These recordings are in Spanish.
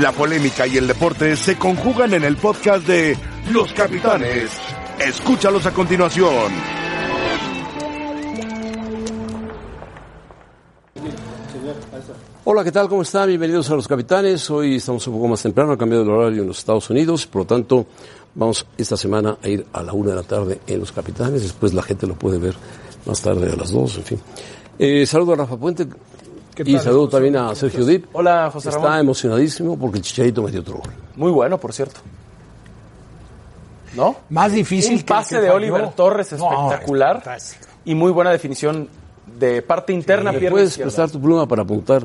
La polémica y el deporte se conjugan en el podcast de Los Capitanes. Escúchalos a continuación. Hola, ¿qué tal? ¿Cómo están? Bienvenidos a Los Capitanes. Hoy estamos un poco más temprano, ha cambiado el horario en los Estados Unidos, por lo tanto, vamos esta semana a ir a la una de la tarde en Los Capitanes, después la gente lo puede ver más tarde a las dos, en fin. Eh, saludo a Rafa Puente y saludo también a Sergio Dip. Hola, José Está Ramón. emocionadísimo porque el Chicharito metió otro gol. Muy bueno, por cierto. ¿No? Más difícil Un que pase el que de falló. Oliver Torres No, espectacular fantástico. y muy buena definición de parte interna, ¿Le pierna puedes izquierda. prestar tu pluma para apuntar?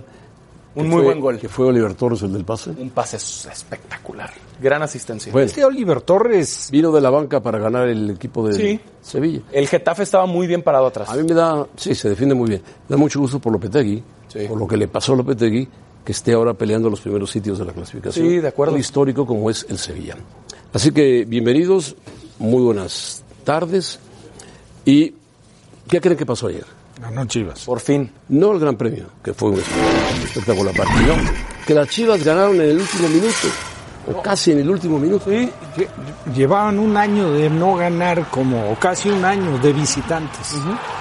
Un que muy fue- buen gol. Que fue Oliver Torres el del pase. Un pase espectacular. Gran asistencia. Bueno, Este Oliver Torres, vino de la banca para ganar el equipo de Sí. Sevilla. El Getafe estaba muy bien parado atrás. A mí me da, sí, se defiende muy bien. Me da mucho gusto por Lopetegui, Sí. por lo que le pasó a Lopetegui, que esté ahora peleando los primeros sitios de la clasificación. Sí, de acuerdo. Un histórico como es el Sevilla. Así que bienvenidos, muy buenas tardes. ¿Y qué creen que pasó ayer? no, no Chivas. Por fin. No el Gran Premio, que fue un espectacular partido, que las Chivas ganaron en el último minuto, o casi en el último minuto. Lle- Llevaban un año de no ganar, como o casi un año de visitantes.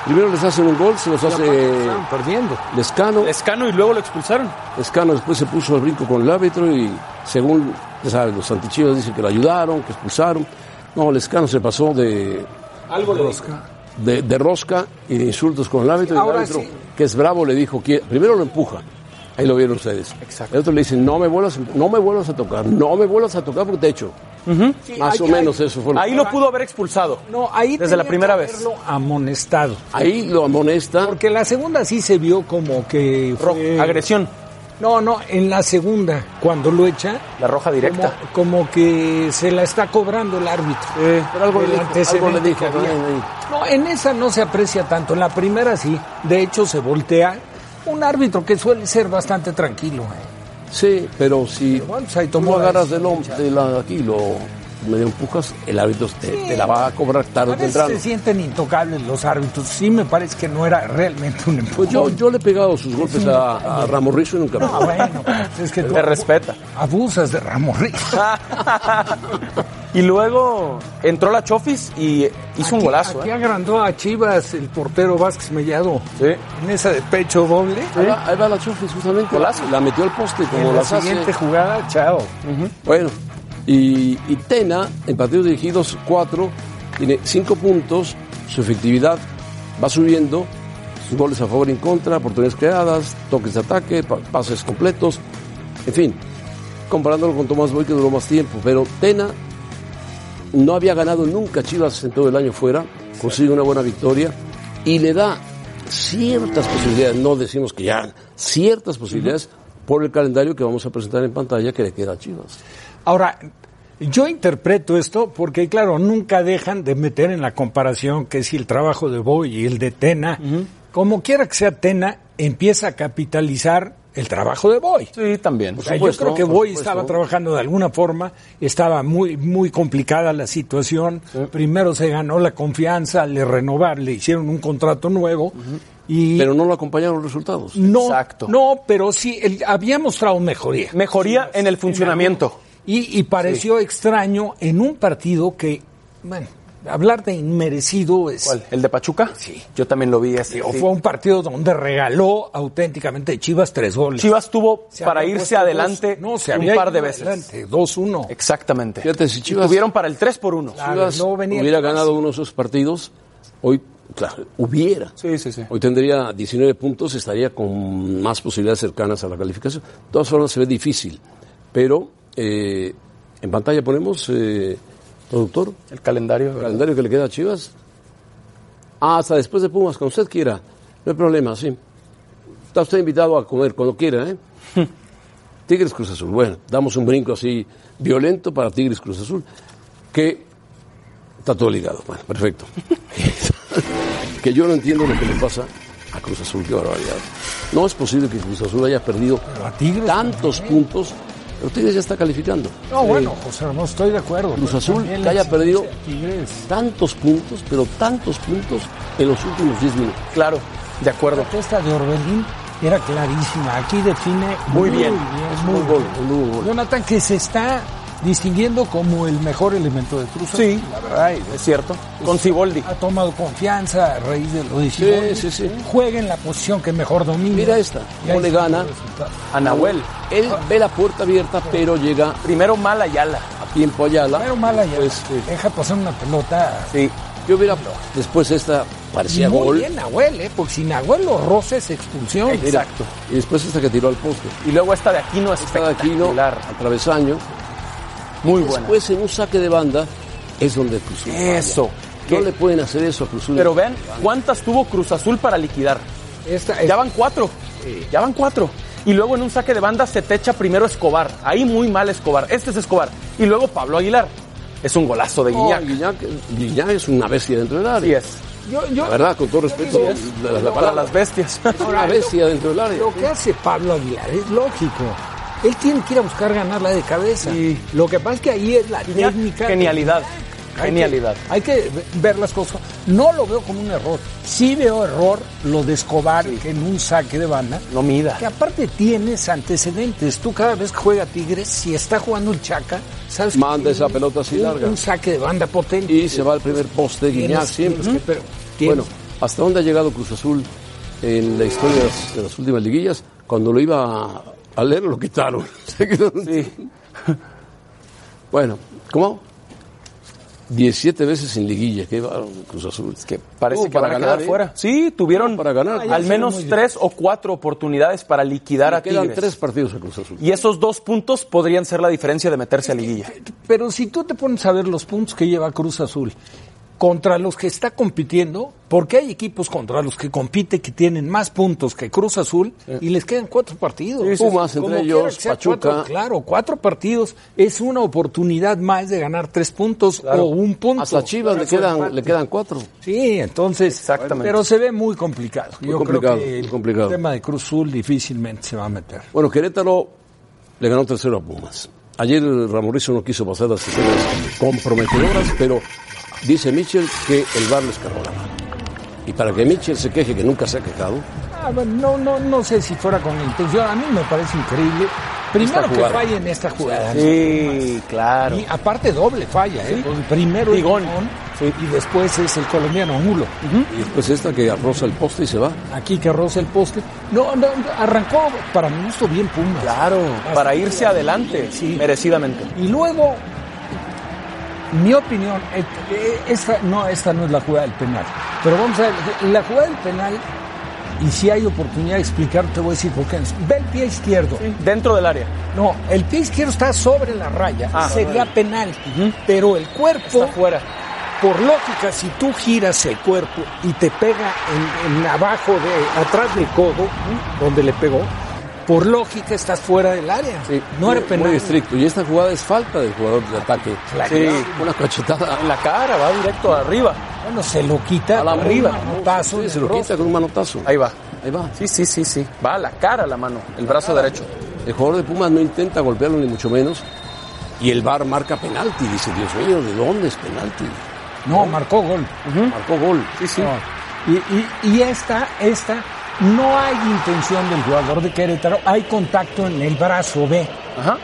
Primero les hacen un gol, se los Y aparte hace estaban perdiendo. Lescano. Escano y luego lo expulsaron. Escano después se puso al brinco con el árbitro y según, ya sabes, los antichivas dicen que lo ayudaron, que expulsaron. No, el Escano se pasó de, Algo le de, de rosca y de insultos con el árbitro. y Ahora el árbitro, sí. que es bravo, le dijo, que primero lo empuja. Ahí lo vieron ustedes. Exacto. El otro le dice, no me vuelvas, no me vuelvas a tocar, no me vuelvas a tocar porque te echo. Más o menos eso fue. lo- Ahí lo pudo haber expulsado. No, ahí Desde la tenía primera que vez. haberlo amonestado. ahí lo amonesta. Porque la segunda sí se vio como que Ro- fue- Agresión. No, no, en la segunda, cuando lo echa, La roja directa. Como, como que se la está cobrando el árbitro. Pero algo le El dijo, antecedente algo le dijo, que había. ahí, ahí. No, en esa no se aprecia tanto. En la primera sí. De hecho, se voltea un árbitro que suele ser bastante tranquilo. eh. Sí, pero si Pero bueno, pues ahí tú tomó no la agarras del decisión, hom- de la- aquí lo medio empujas, el árbitro te, te la va a cobrar tarde A o veces temprano. se sienten intocables los árbitros. Sí, me parece que no era realmente un empujón. Pues yo, yo le he pegado sus golpes a, a Ramos Rizzo y nunca me No, bueno, pues es que tú Le respeta. abusas de Ramos Rizzo. y luego entró la Chofis y hizo un Aquí- golazo. Aquí ¿eh? agrandó a Chivas el portero Vázquez Mellado. Sí. En esa de pecho doble. Ahí va, ahí va la Chofis justamente. Golazo. La metió al poste como ¿eh? en la las hace. siguiente jugada, chao. Bueno, y, y Tena, en partidos dirigidos, cuatro, tiene cinco puntos, su efectividad va subiendo, sus goles a favor y en contra, oportunidades creadas, toques de ataque, pa- pases completos, en fin, comparándolo con Tomás Boy que duró más tiempo, pero Tena no había ganado nunca Chivas en todo el año fuera, consigue una buena victoria y le da ciertas posibilidades, no decimos que ya, ciertas posibilidades por el calendario que vamos a presentar en pantalla que le queda a Chivas. Ahora, yo interpreto esto porque, claro, nunca dejan de meter en la comparación que si el trabajo de Boy y el de Tena, como quiera que sea Tena, empieza a capitalizar el trabajo de Boy. Sí, también. O sea, supuesto, yo creo que por Boy supuesto. estaba trabajando de alguna forma, estaba muy muy complicada la situación. Primero se ganó la confianza, le renovaron, le hicieron un contrato nuevo y Pero no lo acompañaron los resultados. no, Exacto. no, pero sí él había mostrado mejoría. Mejoría en el funcionamiento. Y, y pareció extraño en un partido que, bueno, hablar de inmerecido es. eh, ¿Cuál? ¿El de Pachuca? Sí. Yo también lo vi ese. o sí. Fue un partido donde regaló auténticamente Chivas tres goles. Chivas tuvo Se para había irse puesto adelante dos- no, se un había par de ido veces. adelante, 2-1. Exactamente. Fíjate, si Y Chivas- tuvieron para el 3 por 1. Claro. Chivas no venía hubiera fácil. ganado uno de esos partidos, hoy, claro, hubiera. Sí, sí, sí. Hoy tendría 19 puntos, estaría con más posibilidades cercanas a la calificación. De todas formas, se ve difícil. Pero eh, en pantalla ponemos, eh, productor, El calendario. el ¿verdad? calendario que le queda a Chivas. Ah, hasta después de Pumas, cuando usted quiera. No hay problema, sí. Está usted invitado a comer cuando quiera, ¿eh? Tigres Cruz Azul. Bueno, damos un brinco así violento para Tigres Cruz Azul, que está todo ligado. Bueno, perfecto. que yo no entiendo lo que le pasa a Cruz Azul, qué barbaridad. No es posible que Cruz Azul haya perdido Pero a Tigres tantos puntos, pero Tigres ya está calificando. No, bueno, José Ramón, estoy de acuerdo. Cruz Pero Azul también que la haya perdido exigencia de Tigres. tantos puntos, pero tantos puntos en los últimos 10 minutos. Claro, de acuerdo. La protesta de Orbelín era clarísima. Aquí define Muy bien. Es muy un gol, un nuevo gol. Jonathan que se está distinguiendo como el mejor elemento de Cruz Azul. Sí, ay, es cierto. Con Ciboldi. Ha tomado confianza a raíz de lo de Sí, Siboldi. sí, sí. Juega en la posición que mejor domina. Mira esta, Y cómo ahí le está gana. el resultado. A Nahuel. Él ve la puerta abierta, pero llega Primero Mala y Ala. a tiempo Ayala. Pero mala ya. Pues, eh, Deja pasar una pelota. Sí. yo hubiera, después esta parecía Muy gol. bien Nahuel, ¿eh? porque si Nahuel lo roza es expulsión. Mira, Y después esta que tiró al poste. Y luego esta de Aquino Estaba Aquino espectacular. a travesaño. Muy buena. Después en un saque de banda es donde Cruz Azul falla. Eso. No Que- le pueden hacer eso a Cruz Azul. Pero vean cuántas tuvo Cruz Azul para liquidar. Esta, Eh, Ya van cuatro. Ya van cuatro. Y luego en un saque de banda se te echa primero Escobar. Ahí muy mal Escobar. Este es Escobar. Y luego Pablo Aguilar. Es un golazo de No, Guiñac. Guiñac, Guiñac es una bestia dentro del Así área. es. yo, yo- La verdad, con todo respeto, la, la Para palabra las bestias. es una bestia dentro del área. Lo que hace Pablo Aguilar es lógico. Él tiene que ir a buscar ganarla de cabeza. Sí. Lo que pasa es que ahí es la técnica. Genialidad. Genialidad. Hay que ver las cosas. No lo veo como un error. Sí veo error lo de Escobar en un saque de banda. No mida. Que aparte tienes antecedentes. Tú cada vez que juega Tigres, si está jugando el Chaca, sabes que Manda tiene esa pelota así un- larga. Un saque de banda potente. Y se va al primer poste Guiñac Tienes- siempre. tienes que- pero tienes- bueno, ¿hasta dónde ha llegado Cruz Azul en la historia de las, de las últimas liguillas? Cuando lo iba a- a leer lo quitaron. Se quedó- Bueno, ¿cómo? 17 veces en liguilla, que va Cruz Azul. Es que Parece que van a Uh, quedar ¿eh? fuera. Sí, tuvieron Para ganar. Ah, ya al sí, menos tres o cuatro oportunidades para liquidar a quedan Tigres. tres partidos a Cruz Azul. Y esos dos puntos podrían ser la diferencia de meterse a liguilla. Pero si tú te pones a ver los puntos que lleva Cruz Azul contra los que está compitiendo, porque hay equipos contra los que compite que tienen más puntos que Cruz Azul y les quedan cuatro partidos. Sí, sí, Pumas, entre Como ellos, quiera que sea, Pachuca. cuatro, claro, cuatro partidos es una oportunidad más de ganar tres puntos o un punto. Hasta Chivas le quedan, le quedan cuatro. Sí, entonces, Exactamente. pero se ve muy complicado. Muy Yo complicado, creo que muy complicado. el tema de Cruz Azul difícilmente se va a meter. Bueno, Querétaro le ganó tercero a Pumas. Ayer Ramorizo no quiso pasar las escenas comprometedoras, pero dice Mitchell que el bar les cargó la mano. Y para que Mitchell se queje que nunca se ha quejado, Ah, bueno, no, no, no sé si fuera con la intención. A mí me parece increíble. Primero Esta que jugada. falla en esta jugada. Sí, claro. Y aparte doble falla, ¿eh? Porque primero es Bigón. Bigón, y después es el colombiano Mulo. y después esta que arroza el poste y se va. Aquí que roza el poste. No, no, no, arrancó para mi gusto bien Pumas. Claro, para irse adelante, Sí. merecidamente. Y luego, mi opinión, eh, eh, esta no, esta no es la jugada del penal. Pero vamos a ver, la jugada del penal, y si hay oportunidad de explicar, te voy a decir por qué. Ve el pie izquierdo. Dentro del área. No, el pie izquierdo está sobre la raya, Ah. sería penal, pero el cuerpo, Está fuera. por lógica, si tú giras el cuerpo y te pega en, en abajo de, atrás del codo, donde le pegó, por lógica estás fuera del área. Sí, no eh, era muy- penal. Muy estricto. Y esta jugada es falta del jugador de ataque. Sí. Una cachetada En la cara, va directo arriba. Bueno, se lo quita a la con arriba. un manotazo Sí, se en lo el quita con un manotazo. Ahí va. Ahí va. Sí, sí, sí, sí. Va a la cara la mano, el brazo derecho. El jugador de Pumas no intenta golpearlo ni mucho menos. Y el VAR marca penalti. Dice, Dios mío, ¿de dónde es penalti? rostro. No, marcó gol. Marcó gol. Sí, sí. No. Y, y- y esta, esta, no hay intención del jugador de Querétaro, hay contacto en el brazo, ve. Ajá.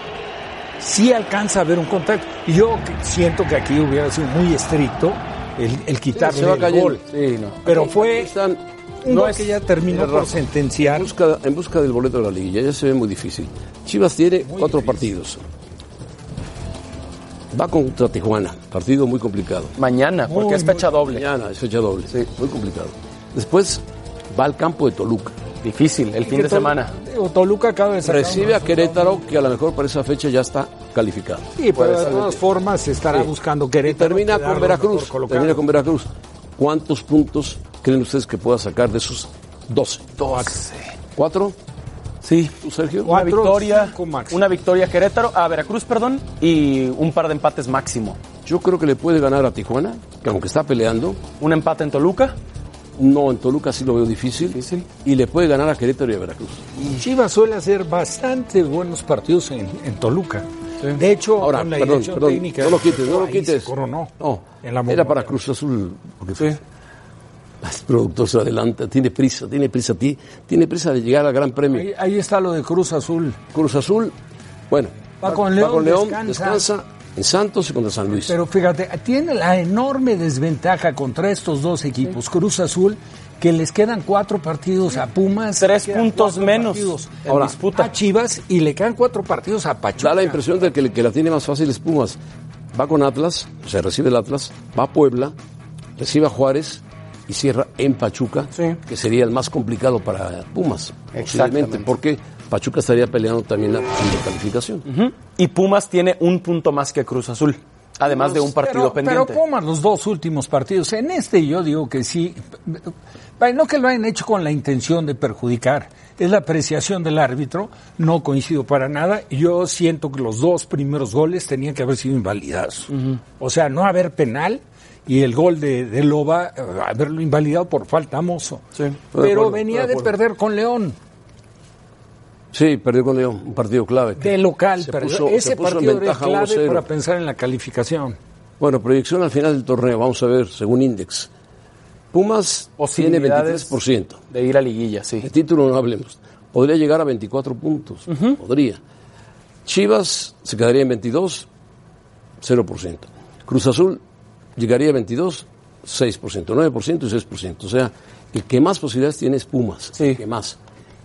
sí alcanza a haber un contacto. Y Yo que- siento que aquí hubiera sido muy estricto el, el quitarle se va el cayendo. gol. Sí, no. Pero Aquí- fue aquí están- un no gol es- que ya terminó Mira, por Rafa, sentenciar. En busca, en busca del boleto de la liguilla, ya se ve muy difícil. Chivas tiene cuatro partidos. Va contra Tijuana, partido muy complicado. Mañana, porque Muy, es fecha doble. Mañana es fecha doble, muy complicado. Después va al campo de Toluca. Difícil, el fin Que de Tol- semana. o Toluca acaba de sacar Recibe a unos- Querétaro, que a lo mejor para esa fecha ya está calificado. Sí, pero de todas formas estará buscando Querétaro. Termina quedar con lo Veracruz. mejor colocado. Termina con Veracruz. ¿Cuántos puntos creen ustedes que pueda sacar de sus 12? 12. ¿Cuatro? Sí. ¿Tú, Sergio? Cuatro. Una victoria, cinco máximo. una victoria a Querétaro, a Veracruz, perdón, y un par de empates máximo. Yo creo que le puede ganar a Tijuana, que aunque está peleando, Un empate en Toluca. no, en Toluca sí lo veo difícil. Difícil. Y le puede ganar a Querétaro y a Veracruz. Chivas suele hacer bastante buenos partidos en, en Toluca. De hecho, Ahora, con la perdón, dirección perdón, técnica. no lo quites, no lo ahí se quites. coronó. No, En la era para bombonera. Cruz Azul. porque El productor se adelanta, tiene prisa, tiene prisa, ti- tiene prisa de llegar al Gran Premio. Ahí, ahí está lo de Cruz Azul. Cruz Azul, bueno, Va con León, descansa. descansa en Santos y contra San Luis. Pero fíjate, tiene la enorme desventaja contra estos dos equipos, Cruz Azul, que les quedan cuatro partidos a Pumas. Tres quedan puntos cuatro menos partidos en Ahora, disputa. A Chivas y le quedan cuatro partidos a Da Pachuca. la impresión de que, el que la tiene más fácil es Pumas. Va con Atlas, se recibe el Atlas, va a Puebla, recibe a Juárez y cierra en Pachuca, Sí. que sería el más complicado para Pumas, posiblemente, Exactamente. porque Pachuca estaría peleando también la la calificación. Y Pumas tiene un punto más que Cruz Azul, además de un partido Pues, pero, pendiente. Pero Pumas los dos últimos partidos. En este yo digo que sí. Vaya, No que lo hayan hecho con la intención de perjudicar. Es la apreciación del árbitro. No coincido para nada. Yo siento que los dos primeros goles tenían que haber sido invalidados. O sea, no haber penal y el gol de, de Loba eh, haberlo invalidado por falta a Mozo. Sí, estoy de pero acuerdo, venía estoy de de, acuerdo. perder con León. Sí, perdió con León, un partido clave. De local. Se pero puso- ese se puso en partido era ventaja clave 1-0. para pensar en la calificación. Bueno, proyección al final del torneo, vamos a ver, según Index. Pumas tiene Posibilidades 23%. De ir a liguilla, sí. El título no hablemos. Podría llegar a 24 puntos. Podría. Chivas se quedaría en 22, 0%. Cruz Azul llegaría a 22, 6%. 9% y 6%. O sea, el que más posibilidades tiene es Pumas. Sí. El que más.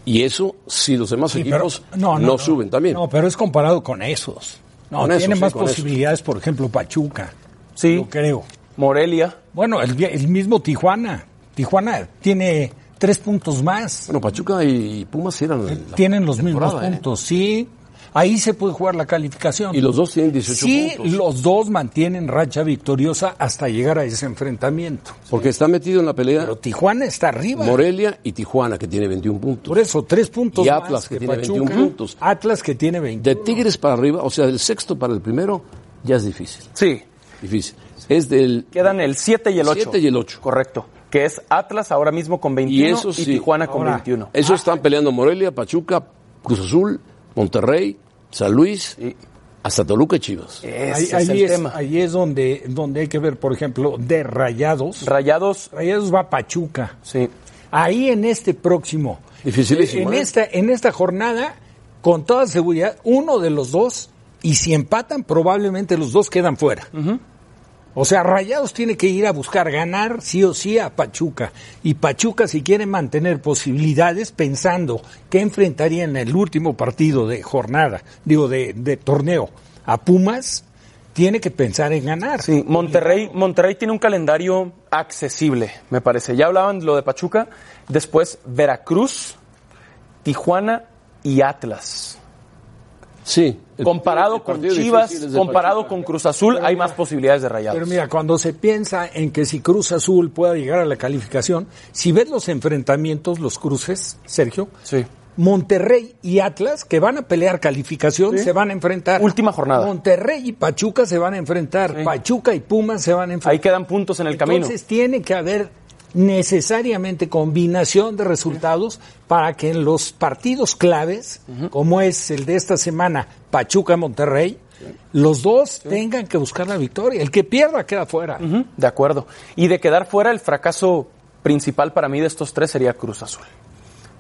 Y eso si los demás Sí, pero- equipos no, suben también. No, pero es comparado con esos. No, Con tiene esos, sí, más con esos. posibilidades, por ejemplo, Pachuca. Sí. Yo creo. Morelia. Bueno, el, el mismo Tijuana. Tijuana tiene tres puntos más. Bueno, Pachuca y Pumas eran... la Tienen los mismos temporada, ¿eh? puntos, sí. Ahí se puede jugar la calificación. Y los dos tienen 18 sí, puntos. los dos mantienen racha victoriosa hasta llegar a ese enfrentamiento. Porque está metido en la pelea Pero Tijuana está arriba. Morelia y Tijuana, que tiene 21 puntos. Por eso, tres puntos Y más Atlas, que tiene Pachuca. 21 puntos. Atlas que tiene 20. De Tigres para arriba, o sea, del sexto para el primero, ya es difícil. Sí. Difícil. Es del. Quedan el 7 y el 8. Siete y el ocho. Correcto. Que es Atlas ahora mismo con 21 y, eso sí. Tijuana con Ahora, 21. Eso están peleando Morelia, Pachuca, Cruz Azul, Monterrey, San Luis, Sí. hasta Toluca y Chivas. Ahí, Ese es ahí el es, tema. ahí es donde, donde hay que ver, por ejemplo, de Rayados. Rayados. Rayados va a Pachuca. Sí. Ahí en este próximo. Dificilísimo. En ¿eh? esta, en esta jornada, con toda seguridad, uno de los dos, y si empatan, probablemente los dos quedan fuera. O sea, Rayados tiene que ir a buscar ganar sí o sí a Pachuca. Y Pachuca, si quiere mantener posibilidades, pensando que enfrentaría en el último partido de jornada, digo, de, de torneo, a Pumas, tiene que pensar en ganar. Sí, Monterrey, Monterrey tiene un calendario accesible, me parece. Ya hablaban lo de Pachuca, después Veracruz, Tijuana y Atlas. Sí. el partido- el comparado con partido Chivas, difícil es de comparado Pachuca. con Cruz Azul, hay más posibilidades de rayados. Pero mira, cuando se piensa en que si Cruz Azul pueda llegar a la calificación, si ves los enfrentamientos, los cruces, Sergio, Sí. Monterrey y Atlas, que van a pelear calificación, se van a enfrentar. Última jornada. Monterrey y Pachuca se van a enfrentar. Pachuca y Pumas se van a enfrentar. Ahí quedan puntos en el camino. Entonces tiene que haber necesariamente combinación de resultados para que en los partidos claves, como es el de esta semana, Pachuca-Monterrey, los dos tengan que buscar la victoria. El que pierda queda fuera. Ujú, De acuerdo. Y de quedar fuera, el fracaso principal para mí de estos tres sería Cruz Azul.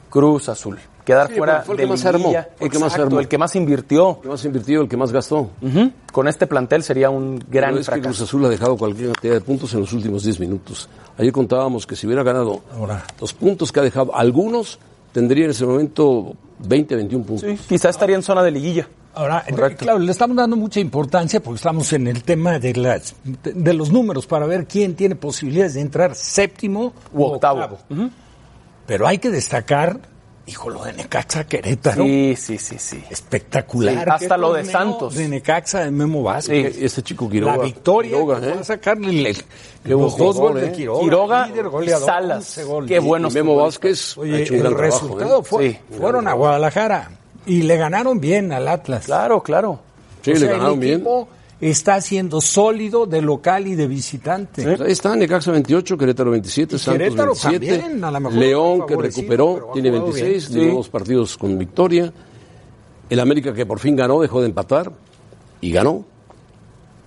Cruz Azul. Quedar Sí, fuera porque fue el de que más armó, liguilla. fue el que más Exacto, armó. el que más invirtió. El que más invirtió, el que más gastó. Ujú, Con este plantel sería un gran Pero es que Cruz fracaso. Azul ha dejado cualquier cantidad de puntos en los últimos 10 minutos. Ayer contábamos que si hubiera ganado Ahora. los puntos que ha dejado, algunos tendría en ese momento 20, 21 puntos. Sí, quizá estaría en zona de liguilla. Ahora, Correcto. claro, le estamos dando mucha importancia porque estamos en el tema de, las, de, de los números para ver quién tiene posibilidades de entrar séptimo U u octavo. octavo. Pero hay que destacar, hijo, lo de Necaxa Querétaro. Sí, sí, sí, sí. Espectacular. Sí, hasta Qué lo de torneo Santos. De Necaxa, de Memo Vázquez. Sí. Este chico Quiroga. La victoria Quiroga, que ¿eh? fue a sacarle el- el- buen los dos jugador, goles ¿eh? de Quiroga. Quiroga, líder goleador, Salas. 11 goles. Qué Y- bueno. y Memo Vázquez ha Oye, hecho un el gran trabajo, resultado ¿eh? fue, Sí. fueron a Guadalajara y le ganaron bien al Atlas. Claro, claro. Sí, O le sea, ganaron el bien. equipo está siendo sólido de local y de visitante. Pues Ahí está Necaxa 28, Querétaro 27, Y Santos Querétaro 27, también, a lo mejor León que favorecido, recuperó, pero ha tiene jugado 26, bien. llevó Sí. dos partidos con victoria. El América que por fin ganó, dejó de empatar y ganó.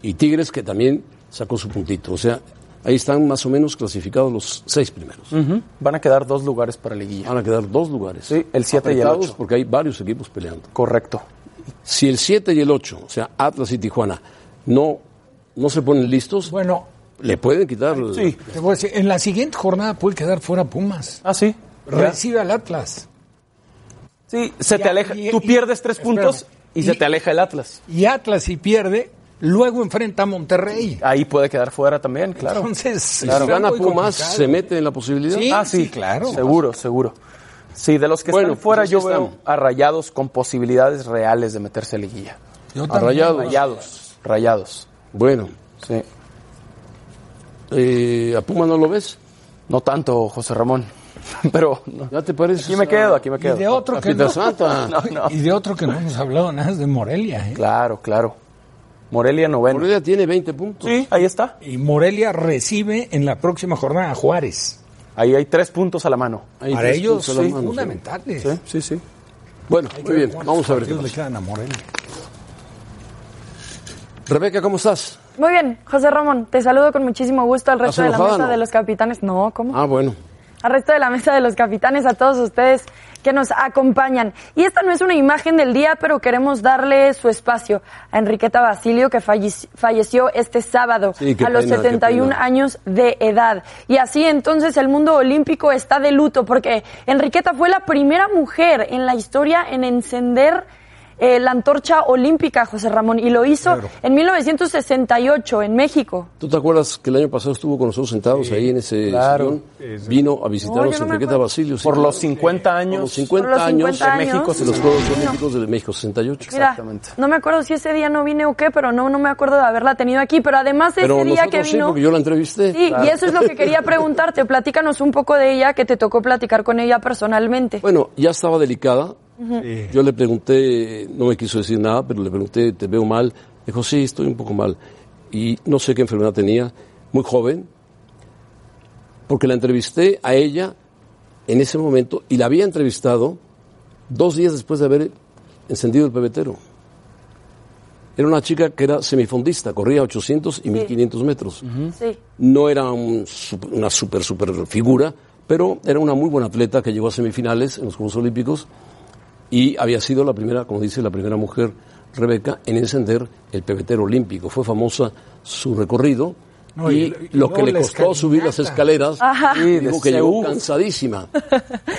Y Tigres que también sacó su puntito. O sea, Ahí están más o menos clasificados los seis primeros. Mm. Ujú. Van a quedar dos lugares para liguilla. Van a quedar dos lugares. Sí, el siete y el Apretados ocho. Porque hay varios equipos peleando. Correcto. Si el 7 y el 8, o sea, Atlas y Tijuana, no, no se ponen listos, Bueno, le pueden quitar. el- Sí. te voy a decir, en la siguiente jornada puede quedar fuera Pumas. Ah, sí. Ya. Recibe al Atlas. Sí, se Ya, te aleja. y- Tú y- pierdes tres puntos espérame. y se Y- te aleja el Atlas. Y Atlas si pierde, luego enfrenta a Monterrey. Ahí puede quedar fuera también, claro. Entonces, Si está gana muy Pumas, complicado. se mete en la posibilidad. Sí. ah, sí, claro. Seguro, seguro. Sí, de los que Bueno, están fuera, pues yo así veo están. a rayados con posibilidades reales de meterse a liguilla. Yo A también. Rayados. Rayados, rayados. Bueno, Sí. eh, ¿a Pumas no lo ves? No tanto, José Ramón. Pero. no. ¿Ya te parece? Aquí me quedo, aquí me quedo. Y de otro A que Pietra no. Santa. No, no. Y de otro que no hemos hablado nada es de Morelia. ¿eh? Claro, claro. Morelia noveno. Morelia tiene 20 puntos. Sí, ahí está. Y Morelia recibe en la próxima jornada a Juárez. Ahí hay tres puntos a la mano. Hay Para tres ellos puntos a la sí, mano, ¿eh? sí. fundamentales. Sí, sí, sí. Bueno, Hay que muy ver bien, cuántos vamos a ver qué partidos le pasa. quedan a Morelia. Rebeca, ¿cómo estás? Muy bien, José Ramón, te saludo con muchísimo gusto al resto de la enojada, mesa no? de los capitanes. No, ¿cómo? Ah, bueno. al resto de la mesa de los capitanes, a todos ustedes que nos acompañan. Y esta no es una imagen del día, pero queremos darle su espacio a Enriqueta Basilio, que fallic- falleció este sábado Sí, qué a los pena, qué 71 pena. años de edad. Y así entonces el mundo olímpico está de luto, porque Enriqueta fue la primera mujer en la historia en encender eh, la antorcha olímpica, José Ramón, y lo hizo en 1968 en México. ¿Tú te acuerdas que el año pasado estuvo con nosotros sentados ahí en ese claro. sillón? Vino a No, visitarnos yo no me Enriqueta acuerdo. Basilio. sí, Por claro. los 50 Por años. los 50 Por los años 50 de México, años. de los Juegos Sí. Olímpicos de México 68. Mira, Exactamente. no me acuerdo si ese día no vine o qué, pero no, no me acuerdo de haberla tenido aquí. Pero además ese Pero día nosotros que sí, vino... porque yo la entrevisté. Sí, y eso es lo que quería preguntarte. Platícanos un poco de ella, que te tocó platicar con ella personalmente. Bueno, ya estaba delicada. Yo le pregunté, no me quiso decir nada, pero le pregunté, ¿te veo mal? Dijo, sí, estoy un poco mal. Y no sé qué enfermedad tenía, muy joven, porque la entrevisté a ella en ese momento y la había entrevistado dos días después de haber encendido el pebetero. Era una chica que era semifondista, corría 800 y 1500 metros. Sí. No era un sup- una super, super figura, pero era una muy buena atleta que llegó a semifinales en los Juegos Olímpicos y había sido la primera, como dice, la primera mujer, Rebeca, en encender el pebetero olímpico. Fue famosa su recorrido No, y, y- y lo que luego le la costó subir las escalinata. escaleras, Ah. Sí, dijo de que llegó Seúl. cansadísima.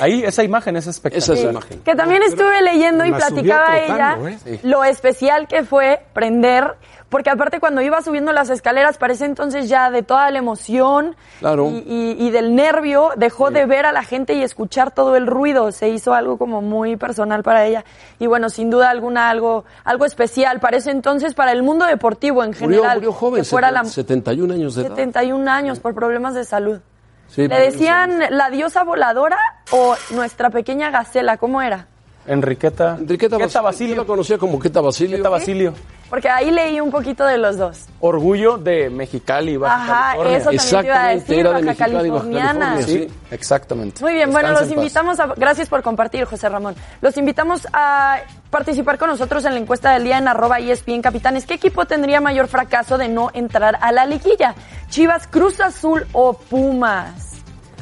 Ahí, esa imagen es espectacular. Esa es la imagen. Que también estuve leyendo y la subió platicaba trotando, ella ¿eh? lo especial que fue prender, porque aparte cuando iba subiendo las escaleras, parece entonces ya de toda la emoción Claro. y, y- y del nervio, dejó de ver a la gente y escuchar todo el ruido. Se hizo algo como muy personal para ella. Y bueno, sin duda alguna, algo, algo especial. Parece entonces para el mundo deportivo en Murió, general. murió joven, que fuera la 71 años de edad. 71 años por problemas de salud. Sí, ¿Le decían la diosa voladora o nuestra pequeña gacela? ¿Cómo era? Enriqueta. Enriqueta Basilio, Yo la Basilio. conocía como Queta Basilio. Enriqueta Basilio. Porque ahí leí un poquito de los dos. Orgullo de Mexicali, Baja Ajá, California. eso también te iba a Exactamente, decir, era de baja Mexicali, Baja californiana. California, Sí, exactamente. Muy bien, bueno, Descansa los en paz. invitamos a... Gracias por compartir, José Ramón. Los invitamos a participar con nosotros en la encuesta del día en arroba E ESPN Capitanes. ¿Qué equipo tendría mayor fracaso de no entrar a la liguilla? ¿Chivas, Cruz Azul o Pumas?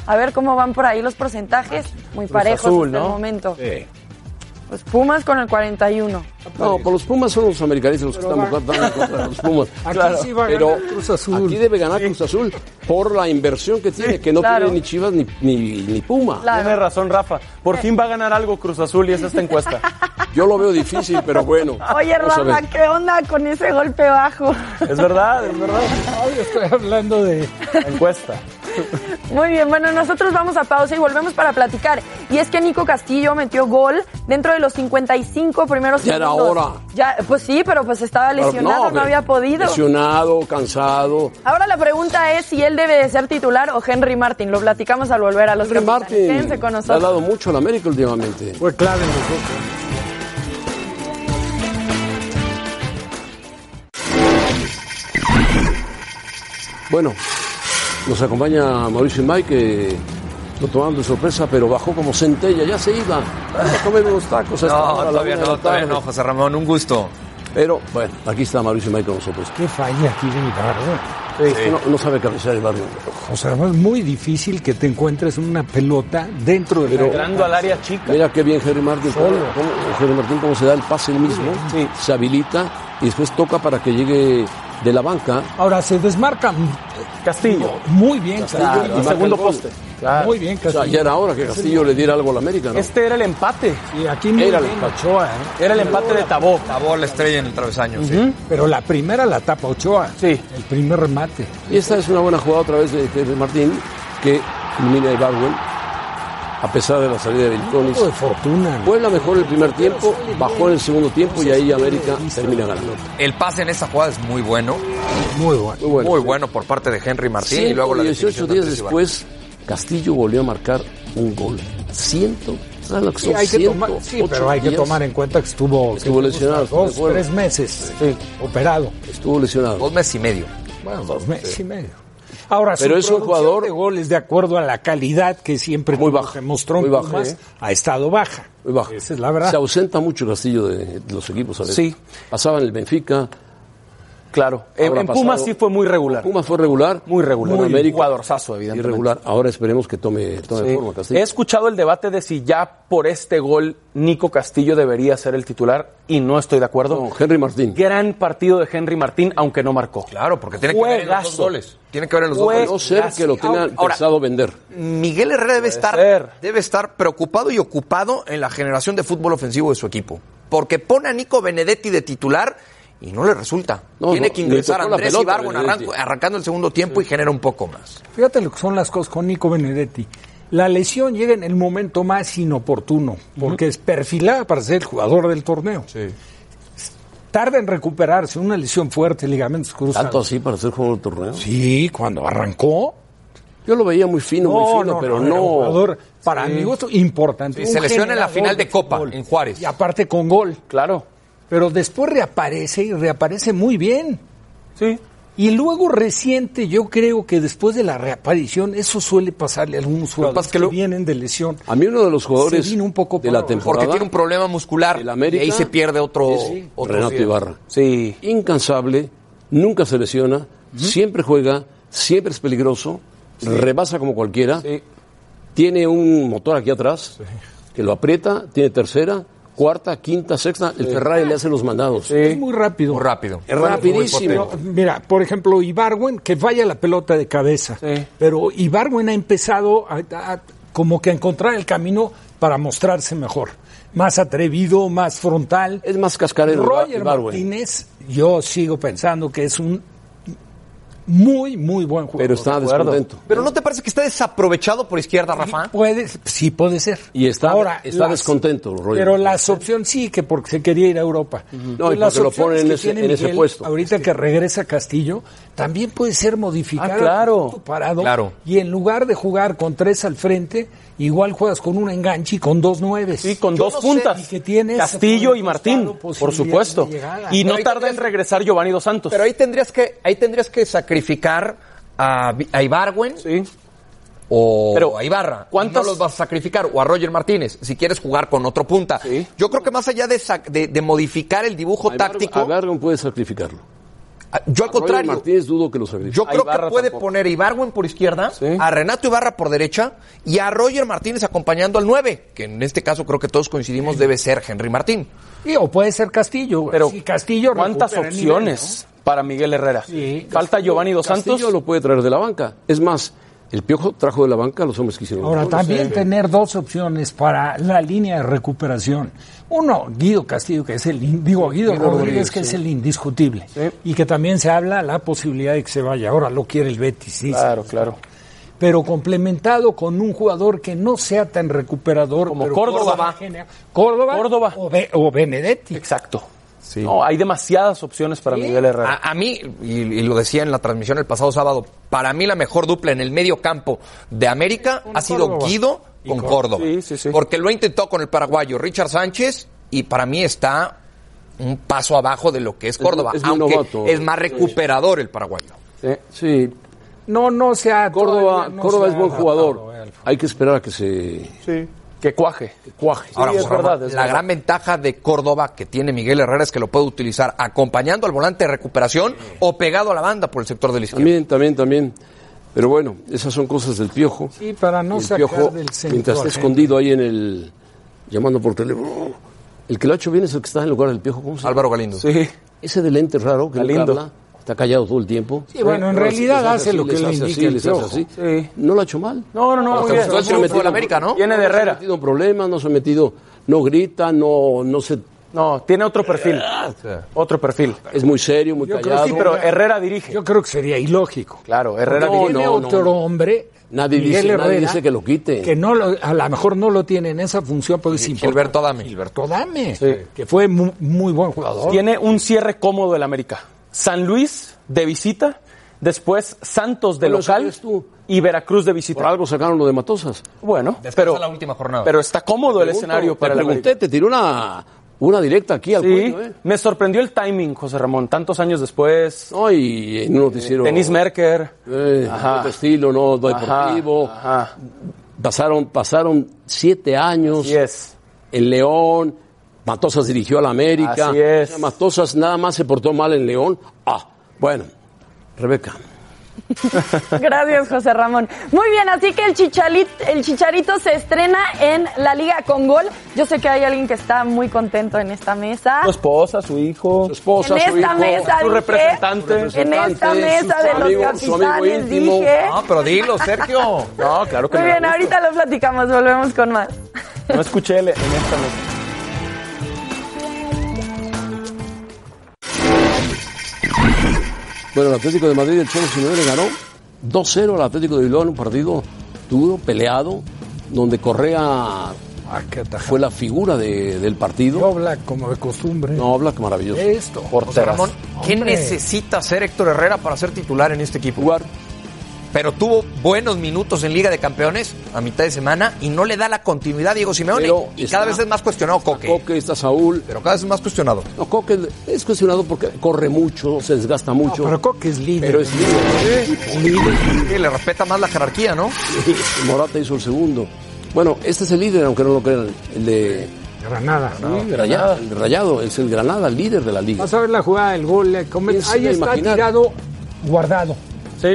A ver cómo van por ahí los porcentajes. Muy parejos Azul, hasta ¿no? el momento. Pues Pumas con el 41. No, por los Pumas son los americanistas los que están buscando en contra de los Pumas. Aquí sí va a pero ganar Cruz Azul. Aquí debe ganar Cruz Azul por la inversión que tiene, que no Claro. tiene ni Chivas ni, ni, ni Puma. Claro. Tiene razón, Rafa. Por fin va a ganar algo Cruz Azul y es esta encuesta. Yo lo veo difícil, pero bueno. Oye, vamos a Rafa, ver. ¿qué onda con ese golpe bajo? es verdad, es verdad. Ay, estoy hablando de La encuesta. Muy bien, bueno, nosotros vamos a pausa y volvemos para platicar. Y es que Nico Castillo metió gol dentro de los 55 primeros Ya era segundos. hora. Ya, pues sí, pero pues estaba lesionado, no, pero había podido. Lesionado, cansado. Ahora la pregunta es si él debe de ser titular o Henry Martin. Lo platicamos al volver a los Henry capitanes. Martin Quédense con le ha nosotros. dado mucho al América últimamente. fue clave en los dos. Bueno, nos acompaña Mauricio Imay, que lo tomaron de sorpresa, pero bajó como centella, ya se iba. Comen unos tacos a esta hora, a No, la todavía una de no, la todavía tarde. no, José Ramón, un gusto. Pero bueno, aquí está Mauricio May con nosotros. Qué falla tiene el Barba. Es que No, no sabe cabecear el barrio. O sea, es muy difícil que te encuentres una pelota dentro de la... Entrando al área chica. Mira qué bien Henry Martín. ¿Cómo, cómo- Henry Martín cómo se da el pase él mismo, se habilita y después toca para que llegue de la banca. Ahora, se desmarca Castillo. muy bien Castillo, Castillo. y marca segundo el gol. poste. Muy bien O sea, ya Castillo. era hora que Castillo le diera algo a la América, ¿no? Este era el empate. Y aquí muy Era bien la- Ochoa, ¿eh? Era el empate de Tabó. Tabó la estrella en el travesaño, sí. Pero la primera la tapa Ochoa. Sí. El primer remate. Y esta es una buena jugada otra vez de Henry Martín que elimina a Ibarwen a pesar de la salida de Vilconis. Algo de fortuna. ¿no? Puebla mejor el primer tiempo, bajó en el segundo tiempo y ahí América termina ganando. El pase en esa jugada es muy bueno, Muy bueno. Muy bueno. muy bueno por parte de Henry Martín y luego la 18 definición de días Andrés Ibarra. después, Castillo volvió a marcar un gol. Ciento, ¿sabes lo que Sí, son? hay que tomar, 108 sí, pero hay que días. tomar en cuenta que estuvo, que Estuvo lesionado, dos, de acuerdo. tres meses operado. Estuvo lesionado. Dos meses y medio. Bueno, dos meses y medio. Ahora, Pero su es un producción jugador- de goles de acuerdo a la calidad que siempre Muy tuvo, baja, que mostró en muy baja, Pumas, ¿eh? ha estado baja. Muy bajo. Esa es la verdad. Se ausenta mucho Castillo de de los equipos a veces. Sí. Pasaba en el Benfica. Claro. En, Ahora en Pumas pasado- sí fue muy regular. Pumas fue regular. Muy regular. En Muy América, jugadorzazo, evidentemente. Irregular. Ahora esperemos que tome, tome Sí. forma Castillo. He escuchado el debate de si ya por este gol Nico Castillo debería ser el titular y no estoy de acuerdo. No, Henry Martín. Gran partido de Henry Martín, aunque no marcó. Claro, porque tiene que ver en los dos Juegazo. goles. Tiene que ver en los dos Jue- goles. No ser que lo tengan Ahora- pensado vender. Miguel Herrera debe ser. estar, debe estar preocupado y ocupado en la generación de fútbol ofensivo de su equipo. Porque pone a Nico Benedetti de titular y no le resulta. No, Tiene no, que ingresar le a tocó la Andrés pelota, Ibargo Benedetti. arrancando el segundo tiempo y genera un poco más. Fíjate lo que son las cosas con Nico Benedetti. La lesión llega en el momento más inoportuno, porque es perfilada para ser el jugador del torneo. Tarda en recuperarse, una lesión fuerte, ligamentos cruzados. Tanto así para ser jugador de torneo. Sí, cuando arrancó. Yo lo veía muy fino, muy fino, pero era no. un jugador, para mi gusto, importante. Sí, se Un lesiona en la generador final de de Copa, fútbol. en Juárez. Y aparte con gol. Claro. Pero después reaparece y reaparece muy bien. Sí. Y luego reciente, yo creo que después de la reaparición, eso suele pasarle a algunos que pasa jugadores es que, que lo- vienen de lesión. A mí uno de los Se jugadores vino un poco de la para- temporada, Porque tiene un problema muscular El América- y ahí se pierde otro, otro Renato día. Ibarra, Sí. incansable, nunca se lesiona, siempre juega, siempre es peligroso, rebasa como cualquiera, Sí. tiene un motor aquí atrás que lo aprieta, tiene tercera, cuarta, quinta, sexta, el Ferrari le hace los mandados. Es muy rápido. Muy rápido. Es rapidísimo. Mira, por ejemplo, Ibarwen, que vaya la pelota de cabeza. Sí. Pero Ibarwen ha empezado a, a- como que a encontrar el camino para mostrarse mejor. Más atrevido, más frontal. Es más cascarero Roger Ibarwen. Martínez, yo sigo pensando que es un muy, muy buen jugador. pero está descontento. Pero ¿no te parece que está desaprovechado por izquierda, Rafa? Puede, sí puede ser. Y está- está descontento, Roger. Pero las opciones sí, que porque se quería ir a Europa. Entonces, No, y las porque lo opciones ponen en que ese- tiene en ese Miguel, puesto. Ahorita que regresa Castillo, también puede ser modificado. Ah, claro. punto Parado, Claro. Y en lugar de jugar con tres al frente, igual juegas con un enganche y con dos nueves. Sí, con Yo dos no sé, puntas. y que tiene ese Castillo por y el Martín, costado por supuesto. posibilidades de llegada. Y no Pero ahí tarda en tendrías- regresar Giovanni Dos Santos. Pero ahí tendrías que, ahí tendrías que sacrificar a, Vi- a Ibarwen Sí. o Pero, a Ibarra. ¿cuántas- No los vas a sacrificar. O a Roger Martínez, si quieres jugar con otro punta. Sí. Yo creo que más allá de, sac- de- de modificar el dibujo táctico, A Gargan puede sacrificarlo. a- yo Roger al contrario, Martínez dudo que lo sacrifique. yo A creo Ibarra que puede tampoco. poner a Ibarwen por izquierda, a Renato Ibarra por derecha y a Roger Martínez acompañando al 9, que en este caso creo que todos coincidimos debe ser Henry Martín. Y, o puede ser Castillo. güey. Pero Si Castillo ¿cuántas recupera el nivel, opciones para Miguel Herrera? Sí. Falta Giovanni Dos Santos. Castillo lo puede traer de la banca. Es más, el Piojo trajo de la banca a los hombres que hicieron. Ahora, los goles. también tener dos opciones para la línea de recuperación. Uno, Guido Castillo, que es el, in- digo, Guido, Rodríguez, que es el indiscutible. Y que también se habla la posibilidad de que se vaya. Ahora lo quiere el Betis, dice. Claro, claro. Pero complementado con un jugador que no sea tan recuperador. Como pero Córdoba. genera- Córdoba. Córdoba. O, Be- o Benedetti. Exacto. No, hay demasiadas opciones para Miguel Herrera. A, a mí, y, y lo decía en la transmisión el pasado sábado, para mí la mejor dupla en el medio campo de América ha sido Córdoba. Guido con Córdoba. Sí, sí, sí. Porque lo intentó con el paraguayo Richard Sánchez y para mí está un paso abajo de lo que es Córdoba, es muy aunque novato. es más recuperador el paraguayo. Eh, Sí, No, no sea. Córdoba, todavía no Córdoba se es ha buen adaptado, jugador. eh, Alfredo. Hay que esperar a que se Que cuaje. cuaje. Ahora, José Ramón, la gran ventaja de Córdoba que tiene Miguel Herrera es que lo puede utilizar acompañando al volante de recuperación o pegado a la banda por el sector de la izquierda. También, también, también. Pero bueno, esas son cosas del piojo. Sí, para no el sacar piojo, del centro eh. mientras está al centro. escondido ahí en el. llamando por teléfono. El que lo ha hecho bien es el que está en lugar del piojo. ¿Cómo se llama? Álvaro Galindo. Sí. Ese de lente raro que nunca Galindo. habla, está callado todo el tiempo. Sí, bueno, en Pero realidad les hace lo así, que les le hace indica así, el les hace piojo. así. Sí. No lo ha hecho mal. No, no, no. Hasta muy bien. gustó el Sí, triunfo metido- de la América, ¿no? Viene No de se ha Herrera. metido en problemas, no se ha metido. No grita, no, no se. No, tiene otro perfil. Otro perfil. Es muy serio, muy Yo creo que callado. Sí, pero Herrera dirige. Yo creo que sería ilógico. Claro, Herrera No, dirige. Tiene no, otro no. hombre. Nadie Miguel dice- nadie Herrera, dice que lo quite. Que no lo- a lo mejor no lo tiene en esa función, porque es importante. Gilberto Adame. Gilberto Adame, Sí. que fue mu- muy buen jugador. Tiene un cierre cómodo del América. San Luis de visita, después Santos de Bueno, eso local crees tú. y Veracruz de visita. Por algo sacaron lo de Matosas. Bueno, Descansa pero, la última jornada. pero está cómodo el Pregunto, escenario para te el pregunté, América. te tiró una, una directa aquí al Sí, cuello, ¿eh? me sorprendió el timing, José Ramón. Tantos años después, No, y en un noticiero. Denis Merker. eh, Ajá. otro estilo, no Ajá, deportivo. ajá. Pasaron, pasaron siete años Así es. en León. Matosas dirigió a la América. Así es. O sea, Matosas nada más se portó mal en León. Ah, bueno, Rebeca. Gracias, José Ramón. Muy bien, así que el, Chichalit- el Chicharito se estrena en la Liga con Gol. Yo sé que hay alguien que está muy contento en esta mesa. Pues Su esposa, su hijo. Su esposa, en su esta hijo, mesa su dije, representante. en esta representante, mesa su de los amigo- su amigo capitanes íntimo. Ah, dije No, pero dilo, Sergio. No, claro que muy me da bien gusto. ahorita lo platicamos volvemos con más No escuché el- en esta mesa. Bueno, el Atlético de Madrid, el Cholo Simeone le ganó 2-0 al Atlético de Bilbao en un partido duro, peleado, donde Correa Ah, qué atajada. fue la figura de- del partido. Dobla como de costumbre. No, habla que maravilloso. Esto. José Ramón, ¿qué Hombre. necesita hacer Héctor Herrera para ser titular en este equipo? Jugar Pero tuvo buenos minutos en Liga de Campeones a mitad de semana y no le da la continuidad a Diego Simeone. Pero y está- cada vez es más cuestionado Coque. Coque, está Saúl. Pero cada vez es más cuestionado. No, Coque es cuestionado porque corre mucho, se desgasta mucho. Pero Coque es líder. ¿Eh? pero es líder. Sí, le respeta más la jerarquía, ¿no? Morata hizo el segundo. Bueno, este es el líder, aunque no lo crean. El de Granada. Ah, Rayado, el de Rayado, es el Granada, el líder de la liga. Vas a ver la jugada del gol. le come- ¿Quién se Ahí iba a está imaginar? tirado, guardado. Sí.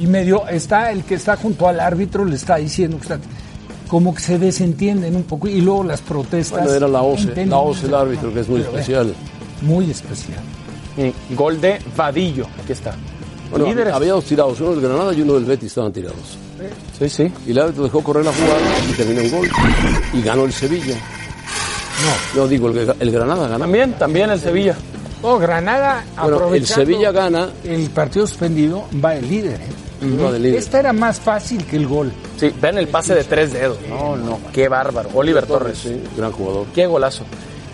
Y medio está el que está junto al árbitro, le está diciendo que está. Como que se desentienden un poco. Y luego las protestas. Bueno, era la OCE, Entienden- la OCE el árbitro, que es muy Pero ve, especial. Muy especial. Y Gol de Vadillo. Aquí está. Bueno, Líderes. había dos tirados, uno del Granada y uno del Betis estaban tirados. Sí, sí. Y el árbitro dejó correr la jugada y terminó en gol. Y ganó el Sevilla. No. No, digo, el, el Granada gana. También, también el Sevilla. No, Oh, Granada Bueno, el aprovechando Sevilla gana. El partido suspendido va el líder. ¿eh? uno del Este líder. Esta era más fácil que el gol. Sí, ven el pase de tres dedos. No, no, qué bárbaro. Oliver Torres. Sí, gran jugador. Qué golazo.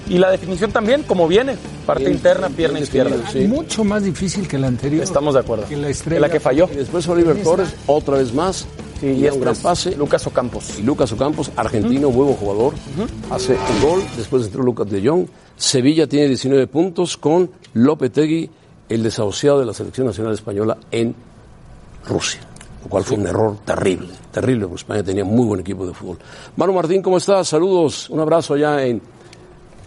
Y la definición también, como viene, parte Bien, interna, bien pierna definido, izquierda. Sí. Mucho más difícil que el anterior. Estamos de acuerdo. Que la estrella En la que falló. Y después Oliver Torres, otra vez más. Sí, y y da este un gran es pase. Lucas Ocampos. Y Lucas Ocampos, argentino, muy buen jugador, hace un gol, después entró Lucas de Jong. Sevilla tiene 19 puntos con Lopetegui, el desahuciado de la Selección Nacional Española en Rusia, lo cual fue un error terrible, terrible, porque España tenía muy buen equipo de fútbol. Manu Martín, ¿cómo estás? Saludos, un abrazo allá en,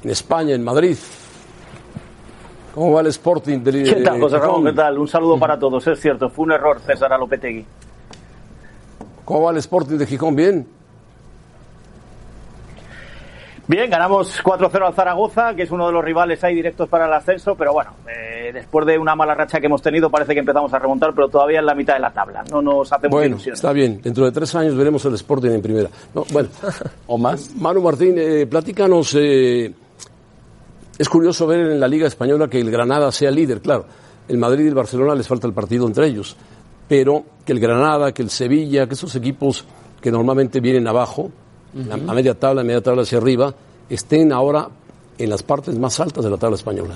en España, en Madrid. ¿Cómo va el Sporting del ¿Qué tal, de José Ramón? Gijón? ¿Qué tal? Un saludo para todos. Es cierto, fue un error César Alopetegui. ¿Cómo va el Sporting de Gijón? ¿Bien? Bien, ganamos 4-0 al Zaragoza, que es uno de los rivales ahí directos para el ascenso, pero bueno, eh, después de una mala racha que hemos tenido, parece que empezamos a remontar, pero todavía en la mitad de la tabla. No nos hacemos Bueno, ilusiones. está bien. Dentro de tres años veremos el Sporting en primera. No, bueno, ¿O más? Manu Martín, eh, platícanos. eh, es curioso ver en la Liga Española que el Granada sea líder, claro. El Madrid y el Barcelona les falta el partido entre ellos. Pero que el Granada, que el Sevilla, que esos equipos que normalmente vienen abajo, la- a media tabla, a media tabla hacia arriba, estén ahora en las partes más altas de la tabla española.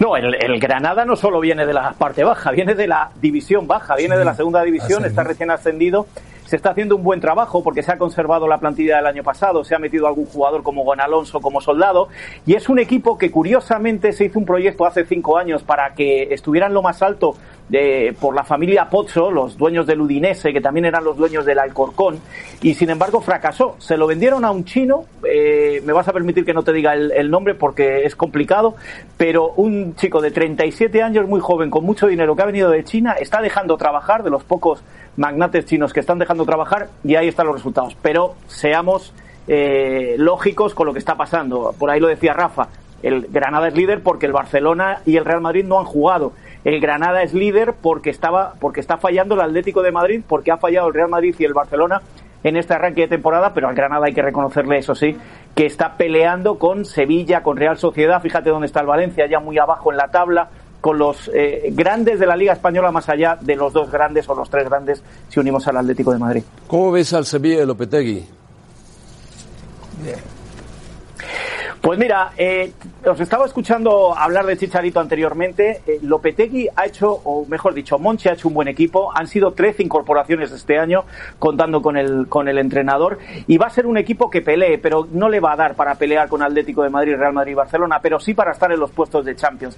No, el, el Granada no solo viene de la parte baja, viene de la división baja, viene de la segunda división, está recién ascendido. Se está haciendo un buen trabajo porque se ha conservado la plantilla del año pasado, se ha metido algún jugador como Juan Alonso, como Soldado, y es un equipo que curiosamente se hizo un proyecto hace cinco años para que estuvieran lo más alto de- por la familia Pozzo, los dueños del Udinese, que también eran los dueños del Alcorcón, y sin embargo fracasó. Se lo vendieron a un chino, eh, me vas a permitir que no te diga el, el nombre porque es complicado, pero un chico de 37 años, muy joven, con mucho dinero, que ha venido de China, está dejando trabajar, de los pocos magnates chinos que están dejando trabajar, y ahí están los resultados. Pero seamos eh, lógicos con lo que está pasando. Por ahí lo decía Rafa. El Granada es líder porque el Barcelona y el Real Madrid no han jugado. El Granada es líder porque estaba, porque está fallando el Atlético de Madrid, porque ha fallado el Real Madrid y el Barcelona en este arranque de temporada, pero al Granada hay que reconocerle eso sí, que está peleando con Sevilla, con Real Sociedad, fíjate dónde está el Valencia, ya muy abajo en la tabla, con los eh, grandes de la Liga Española más allá de los dos grandes o los tres grandes si unimos al Atlético de Madrid. ¿Cómo ves al Sevilla de Lopetegui? Pues mira, eh, os estaba escuchando hablar de Chicharito anteriormente. Eh, Lopetegui ha hecho, o mejor dicho, Monchi ha hecho un buen equipo. Han sido 13 incorporaciones este año, contando con el, con el entrenador. Y va a ser un equipo que pelee, pero no le va a dar para pelear con Atlético de Madrid, Real Madrid y Barcelona, pero sí para estar en los puestos de Champions.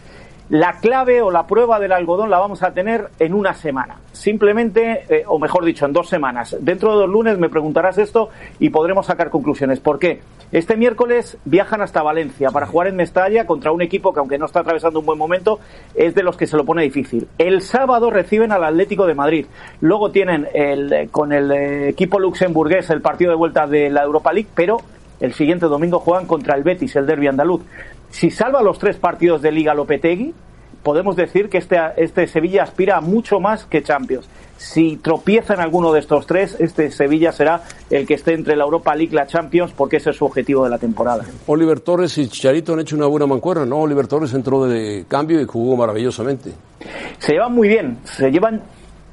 La clave o la prueba del algodón la vamos a tener en una semana. Simplemente, eh, o mejor dicho, en dos semanas. Dentro de dos lunes me preguntarás esto y podremos sacar conclusiones. ¿Por qué? Este miércoles viajan hasta Valencia para jugar en Mestalla contra un equipo que, aunque no está atravesando un buen momento, es de los que se lo pone difícil. El sábado reciben al Atlético de Madrid. Luego tienen el, eh, con el eh, equipo luxemburgués el partido de vuelta de la Europa League, pero el siguiente domingo juegan contra el Betis, el derby andaluz. Si salva los tres partidos de Liga Lopetegui, podemos decir que este, este Sevilla aspira a mucho más que Champions. Si tropieza en alguno de estos tres, este Sevilla será el que esté entre la Europa League y la Champions, porque ese es su objetivo de la temporada. Oliver Torres y Chicharito han hecho una buena mancuerna, ¿no? Oliver Torres entró de cambio y jugó maravillosamente. se llevan muy bien, se llevan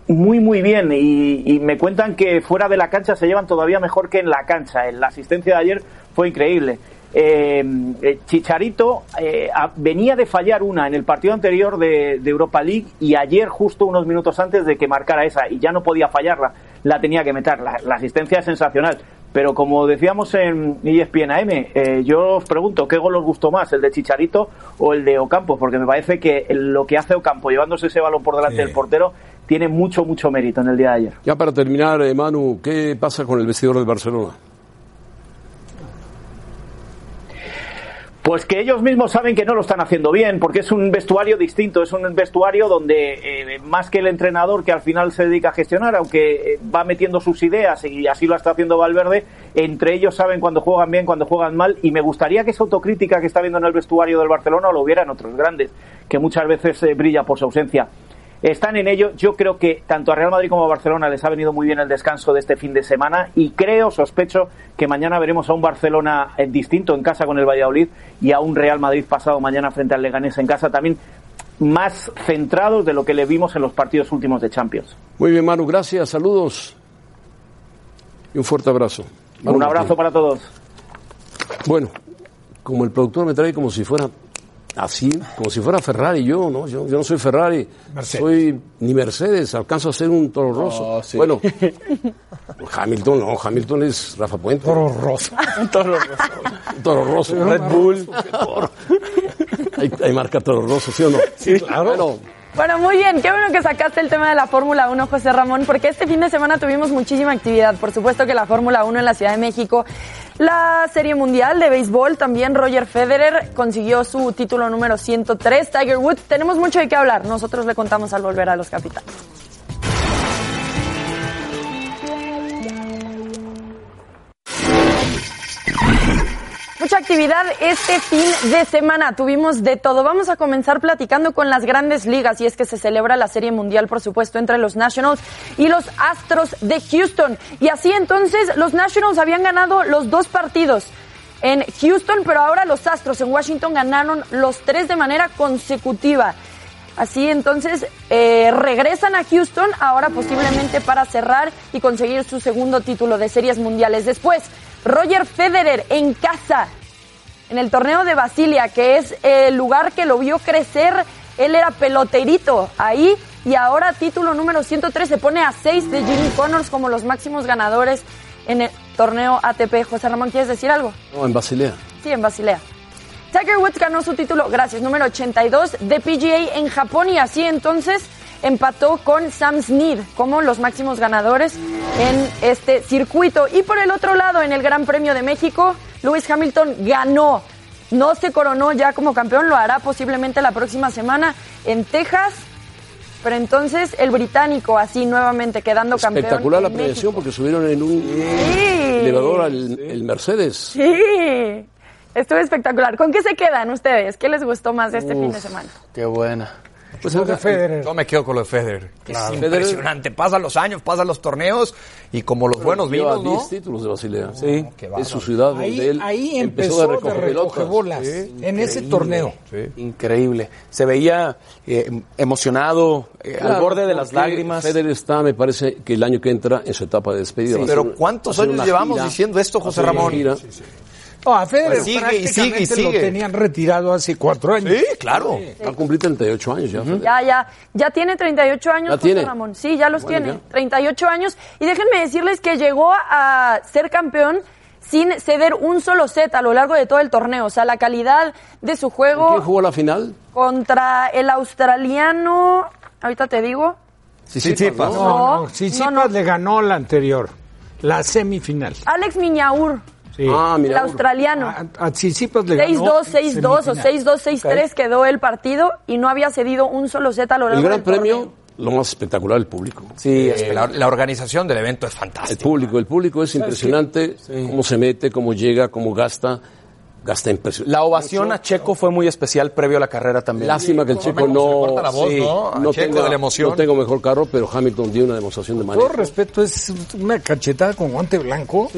muy muy bien y, y me cuentan que fuera de la cancha se llevan todavía mejor que en la cancha. En La asistencia de ayer fue increíble. Eh, eh, Chicharito eh, a- venía de fallar una en el partido anterior de, de Europa League y ayer justo unos minutos antes de que marcara esa y ya no podía fallarla, la tenía que meter. La, la asistencia es sensacional. Pero como decíamos en E ESPN AM, eh, yo os pregunto, ¿qué gol os gustó más, el de Chicharito o el de Ocampo? Porque me parece que lo que hace Ocampo llevándose ese balón por delante Sí. del portero tiene mucho, mucho mérito en el día de ayer. Ya para terminar, eh, Manu, ¿qué pasa con el vestidor del Barcelona? Pues que ellos mismos saben que no lo están haciendo bien, porque es un vestuario distinto, es un vestuario donde eh, más que el entrenador que al final se dedica a gestionar, aunque eh, va metiendo sus ideas y así lo está haciendo Valverde, entre ellos saben cuando juegan bien, cuando juegan mal, y me gustaría que esa autocrítica que está viendo en el vestuario del Barcelona lo hubiera en otros grandes, que muchas veces eh, brilla por su ausencia. Están en ello. Yo creo que tanto a Real Madrid como a Barcelona les ha venido muy bien el descanso de este fin de semana y creo, sospecho, que mañana veremos a un Barcelona eh, distinto en casa con el Valladolid y a un Real Madrid pasado mañana frente al Leganés en casa también más centrados de lo que le vimos en los partidos últimos de Champions. Muy bien, Manu, gracias, saludos y un fuerte abrazo. Manu un abrazo para todos. Martín. Bueno, como el productor me trae como si fuera así, como si fuera Ferrari, yo no, yo, yo no soy Ferrari, Mercedes. soy ni Mercedes, alcanzo a ser un toro rosso. Bueno, Hamilton no, Hamilton es Rafa Puente. Toro rosso. Toro Toro rosso. Red Bull. Hay, hay marca Toro rosso, ¿sí o no? Sí, claro. Bueno, muy bien, qué bueno que sacaste el tema de la Fórmula 1, José Ramón, porque este fin de semana tuvimos muchísima actividad. Por supuesto que la Fórmula 1 en la Ciudad de México, la Serie Mundial de Béisbol, también Roger Federer consiguió su título número 103, Tiger Woods. Tenemos mucho de qué hablar, nosotros le contamos al volver a los capitanes. Mucha actividad este fin de semana. Tuvimos de todo. Vamos a comenzar platicando con las grandes ligas y es que se celebra la Serie Mundial, por supuesto, entre los Nationals y los Astros de Houston. Y así entonces los Nationals habían ganado los dos partidos en Houston, pero ahora los Astros en Washington ganaron los tres de manera consecutiva. Así entonces eh, regresan a Houston ahora posiblemente para cerrar y conseguir su segundo título de series mundiales. Después, Roger Federer en casa, en el torneo de Basilia, que es el lugar que lo vio crecer. Él era peloterito ahí y ahora título número 103 se pone a 6 de Jimmy Connors como los máximos ganadores en el torneo ATP. José Ramón, ¿quieres decir algo? No, en Basilea. Sí, en Basilea. Tiger Woods ganó su título, gracias, número 82 de PGA en Japón y así entonces empató con Sam Snead como los máximos ganadores en este circuito. Y por el otro lado, en el Gran Premio de México, Lewis Hamilton ganó. No se coronó ya como campeón, lo hará posiblemente la próxima semana en Texas. Pero entonces el británico así nuevamente quedando campeón. Espectacular la en México. premiación porque subieron en un elevador al el Mercedes. Sí, estuvo espectacular. ¿Con qué se quedan ustedes? ¿Qué les gustó más de este fin de Uf. semana? Qué buena. Pues Lo de Federer. Yo me quedo con lo de Federer. que Claro. Es impresionante. Pasan los años, pasan los torneos y como los buenos Lleva vinos, ¿no? Ah, 10 títulos de Basilea. Sí. qué Es su bárbaro. ciudad Ahí, donde él ahí empezó, a recoger pelotas. bolas, en ese torneo. Increíble. Se veía eh, emocionado, eh, al Claro, borde de las porque lágrimas. Federer está, me parece, que el año que entra en su etapa de despedida. Va a pero ser- ¿cuántos va a ser años una llevamos diciendo esto, va a José ser una Ramón? gira. No, Oh, a Federer Pues sigue y prácticamente sigue y lo sigue. tenían retirado hace cuatro años. Sí, claro. Va a cumplir 38 años ya. Federer. Ya, ya, ya tiene 38 años, ¿Ya José tiene? Ramón. Sí, ya los Bueno, tiene, ya. 38 años. Y déjenme decirles que llegó a ser campeón sin ceder un solo set a lo largo de todo el torneo. O sea, la calidad de su ¿Quién juego jugó la final? contra el australiano, ahorita te digo, Sí, sí, sí, No, pasa. No, no, sí, sí, no, no. le ganó la anterior, la semifinal. Alex Miñaur, Sí. Ah, el mira. australiano. A, a Tsitsipas le ganó. 6-2, en 6-2 o semifinal. 6-2, 6-3 quedó el partido y no había cedido un solo set a lo largo El gran del torneo. premio, lo más espectacular, el público. Sí, Eh, la, la organización del evento es El fantástica. público, el público es impresionante, cómo se mete, cómo llega, cómo gasta, gasta impresionante. La ovación a Checo fue muy especial previo a la carrera también. Lástima que el chico Como se le corta no, la voz, sí, ¿no? A no, Checo tenga- de la emoción. no tenga mejor carro, pero Hamilton dio una demostración de Todo manejo. respeto, es una cachetada con guante blanco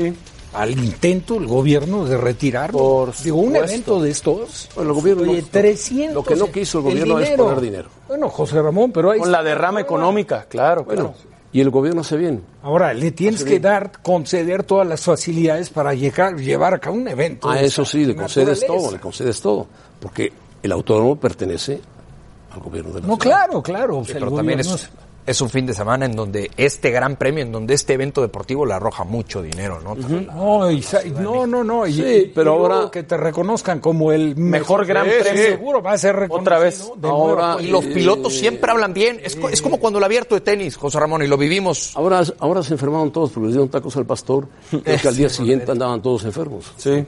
al intento del gobierno de retirarlo. Por Digo, un supuesto. evento de estos. Bueno, el gobierno Oye, no- 300. lo que no quiso el gobierno es poner dinero. Bueno, José Ramón, pero ahí Con está. la derrama económica, claro. Bueno, claro. y el gobierno hace bien. Ahora, le tienes que dar, conceder todas las facilidades para llegar, llevar a cabo un evento. Ah, de eso esa sí, le concedes naturaleza. todo, le concedes todo. Porque el autónomo pertenece al gobierno de la No, ciudad. claro, claro. o sea, el Pero también gobierno es, es un fin de semana en donde este gran premio, en donde este evento deportivo le arroja mucho dinero, ¿no? No, y sa- no, no, no. y- Sí, y pero luego ahora- que te reconozcan como el Mejor Gran Sí, Premio. seguro va a ser reconocido. Otra vez. de nuevo. Ahora, Ah, Y los eh, pilotos siempre hablan bien. Es, co- es como cuando el abierto de tenis, José Ramón, y lo vivimos. Ahora, ahora se enfermaron todos porque les dieron tacos al pastor. Creo que al día siguiente andaban todos enfermos. Sí.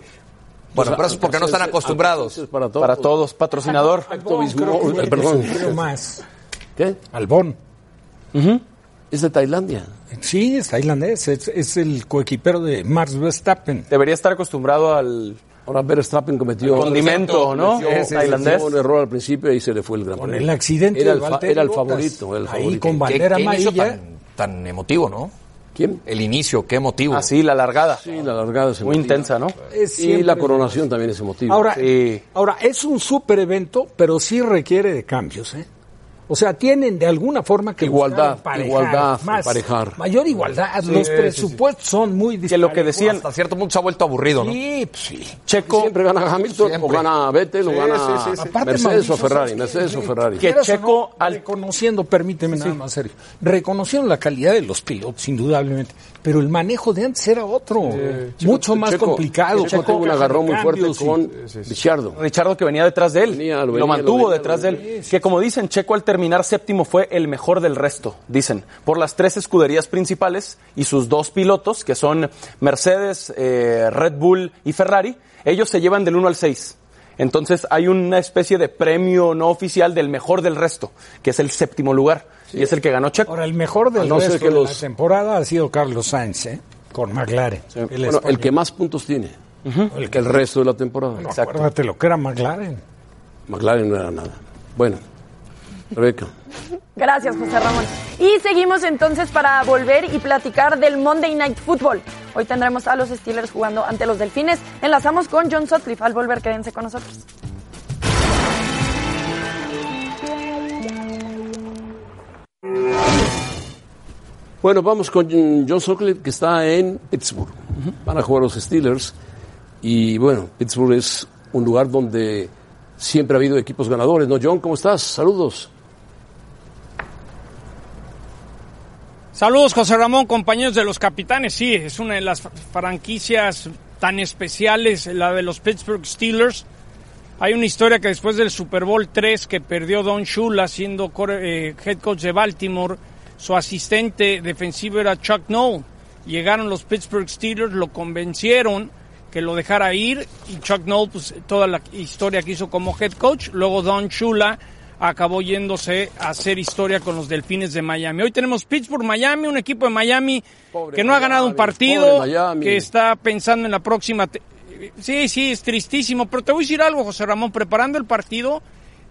Bueno, pero ah, eso es porque no pues, están acostumbrados. Entonces, Para todos. Para todos, patrocinador. Albón, creo que Bismol, fue el que perdón. sufrió más. ¿Qué? Albón. Es de Tailandia. Sí, es tailandés. Es, es el coequipero de Max Verstappen. Debería estar acostumbrado al Ahora Verstappen cometió. condimento, ¿no? cometió- Tailandés. cometió un error al principio y se le fue el gran Con premio. el accidente Era el, de fa- Valtteri era el Bottas. favorito. Era el Ahí favorito. con ¿Qué, Bandera qué inicio amarilla. tan, tan emotivo, ¿no? ¿Quién? El inicio, qué emotivo. Así, la largada. Sí, la largada es Muy emotiva. intensa, ¿no? Es Y la siempre- coronación también es emotiva. Ahora, Sí. ahora, es un super evento, pero sí requiere de cambios, ¿eh? O sea, tienen de alguna forma que Igualdad, buscar emparejar igualdad, más, emparejar. mayor igualdad. Los presupuestos son muy Que lo que disparejos. decían, Hasta cierto punto se ha vuelto aburrido, ¿no? Sí, pues sí. Checo, Siempre gana Hamilton o Siempre. gana Vettel o gana Aparte, Mercedes Mauricio, o Ferrari. ¿sabes Mercedes qué? o Ferrari. ¿Qué? Que Quieras o Checo no, al- reconociendo, permíteme nada más, Sergio, reconociendo la calidad de los pilotos, indudablemente, pero el manejo de antes era otro, mucho más Checo- complicado. Checo con tuvo un caja de agarrón muy fuerte cambios y- con Richardo. Richardo que venía detrás de él, Venía, lo lo, venía, lo mantuvo venía, detrás lo de él. Que como dicen, Checo al terminar séptimo fue el mejor del resto, dicen, por las tres escuderías principales y sus dos pilotos, que son Mercedes, eh, Red Bull y Ferrari, ellos se llevan del 1 al 6. Entonces hay una especie de premio no oficial del mejor del resto, que es el séptimo lugar, y es el que ganó Checo. Ahora, el mejor A del no ser resto que de la los- temporada ha sido Carlos Sainz, ¿eh? con McLaren. Bueno, el que más puntos tiene. El que el resto de la temporada. Exacto. Acuérdate lo que era McLaren. McLaren no era nada. Bueno, Rebeca. Gracias, José Ramón. Y seguimos entonces para volver y platicar del Monday Night Football. Hoy tendremos a los Steelers jugando ante los Delfines. Enlazamos con John Sutcliffe. Al volver, quédense con nosotros. Bueno, vamos con John Sockley, que está en Pittsburgh. Van a jugar los Steelers. Y bueno, Pittsburgh es un lugar donde siempre ha habido equipos ganadores. ¿No, John? ¿Cómo estás? Saludos. Saludos, José Ramón, compañeros de los capitanes. Sí, es una de las franquicias tan especiales, la de los Pittsburgh Steelers. Hay una historia que después del Super Bowl 3 que perdió Don Shula siendo core- eh, head coach de Baltimore, su asistente defensivo era Chuck Noll. Llegaron los Pittsburgh Steelers, lo convencieron que lo dejara ir y Chuck Noll, pues toda la historia que hizo como head coach. Luego Don Shula acabó yéndose a hacer historia con los Delfines de Miami. Hoy tenemos Pittsburgh, Miami, un equipo de Miami que no ha ganado un partido, pobre Miami. que está pensando en la próxima. te- Sí, sí, es tristísimo, pero te voy a decir algo, José Ramón, preparando el partido,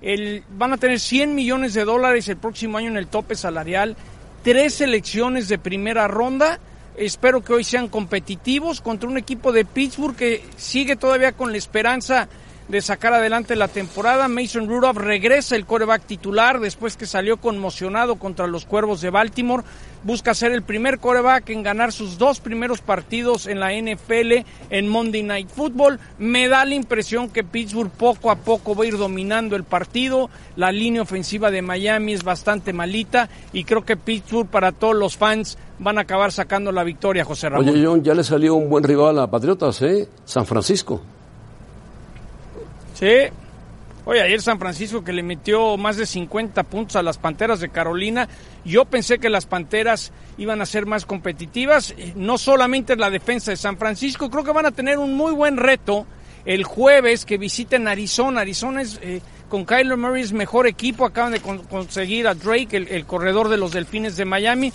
el- van a tener 100 millones de dólares el próximo año en el tope salarial, tres selecciones de primera ronda. Espero que hoy sean competitivos contra un equipo de Pittsburgh que sigue todavía con la esperanza de sacar adelante la temporada. Mason Rudolph regresa el coreback titular después que salió conmocionado contra los Cuervos de Baltimore. Busca ser el primer coreback en ganar sus dos primeros partidos en la NFL en Monday Night Football. Me da la impresión que Pittsburgh poco a poco va a ir dominando el partido. La línea ofensiva de Miami es bastante malita y creo que Pittsburgh para todos los fans van a acabar sacando la victoria, José Ramón. Oye, John, ya le salió un buen rival a Patriotas, ¿eh? San Francisco. Sí. Oye, ayer San Francisco que le metió más de 50 puntos a las Panteras de Carolina. Yo pensé que las Panteras iban a ser más competitivas. Eh, No solamente la defensa de San Francisco, creo que van a tener un muy buen reto el jueves que visiten Arizona. Arizona es, eh, con Kyler Murray es mejor equipo. Acaban de con- conseguir a Drake, el- el corredor de los Delfines de Miami.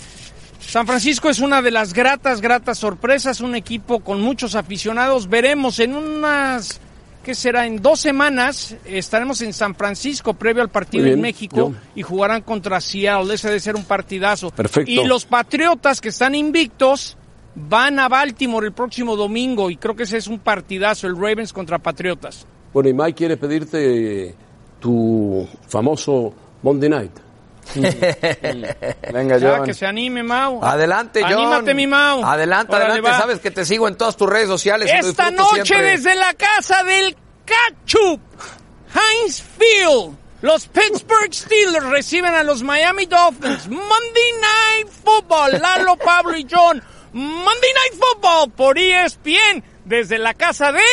San Francisco es una de las gratas, gratas sorpresas, un equipo con muchos aficionados. Veremos en unas, ¿qué será? En dos semanas estaremos en San Francisco previo al partido Muy bien, en México yo. y jugarán contra Seattle. Ese debe ser un partidazo. Perfecto. Y los Patriotas que están invictos van a Baltimore el próximo domingo y creo que ese es un partidazo, el Ravens contra Patriotas. Bueno, y Mike quiere pedirte tu famoso Monday Night. Venga, Ya, John. que se anime, Mau. Adelante, John. Anímate, mi Mau. Adelante, Órale, adelante. va. Sabes que te sigo en todas tus redes sociales. y lo Esta disfruto noche siempre. desde la casa del Ketchup, Heinz Field, los Pittsburgh Steelers reciben a los Miami Dolphins. Monday Night Football, Lalo, Pablo y John. Monday Night Football por E ESPN desde la casa del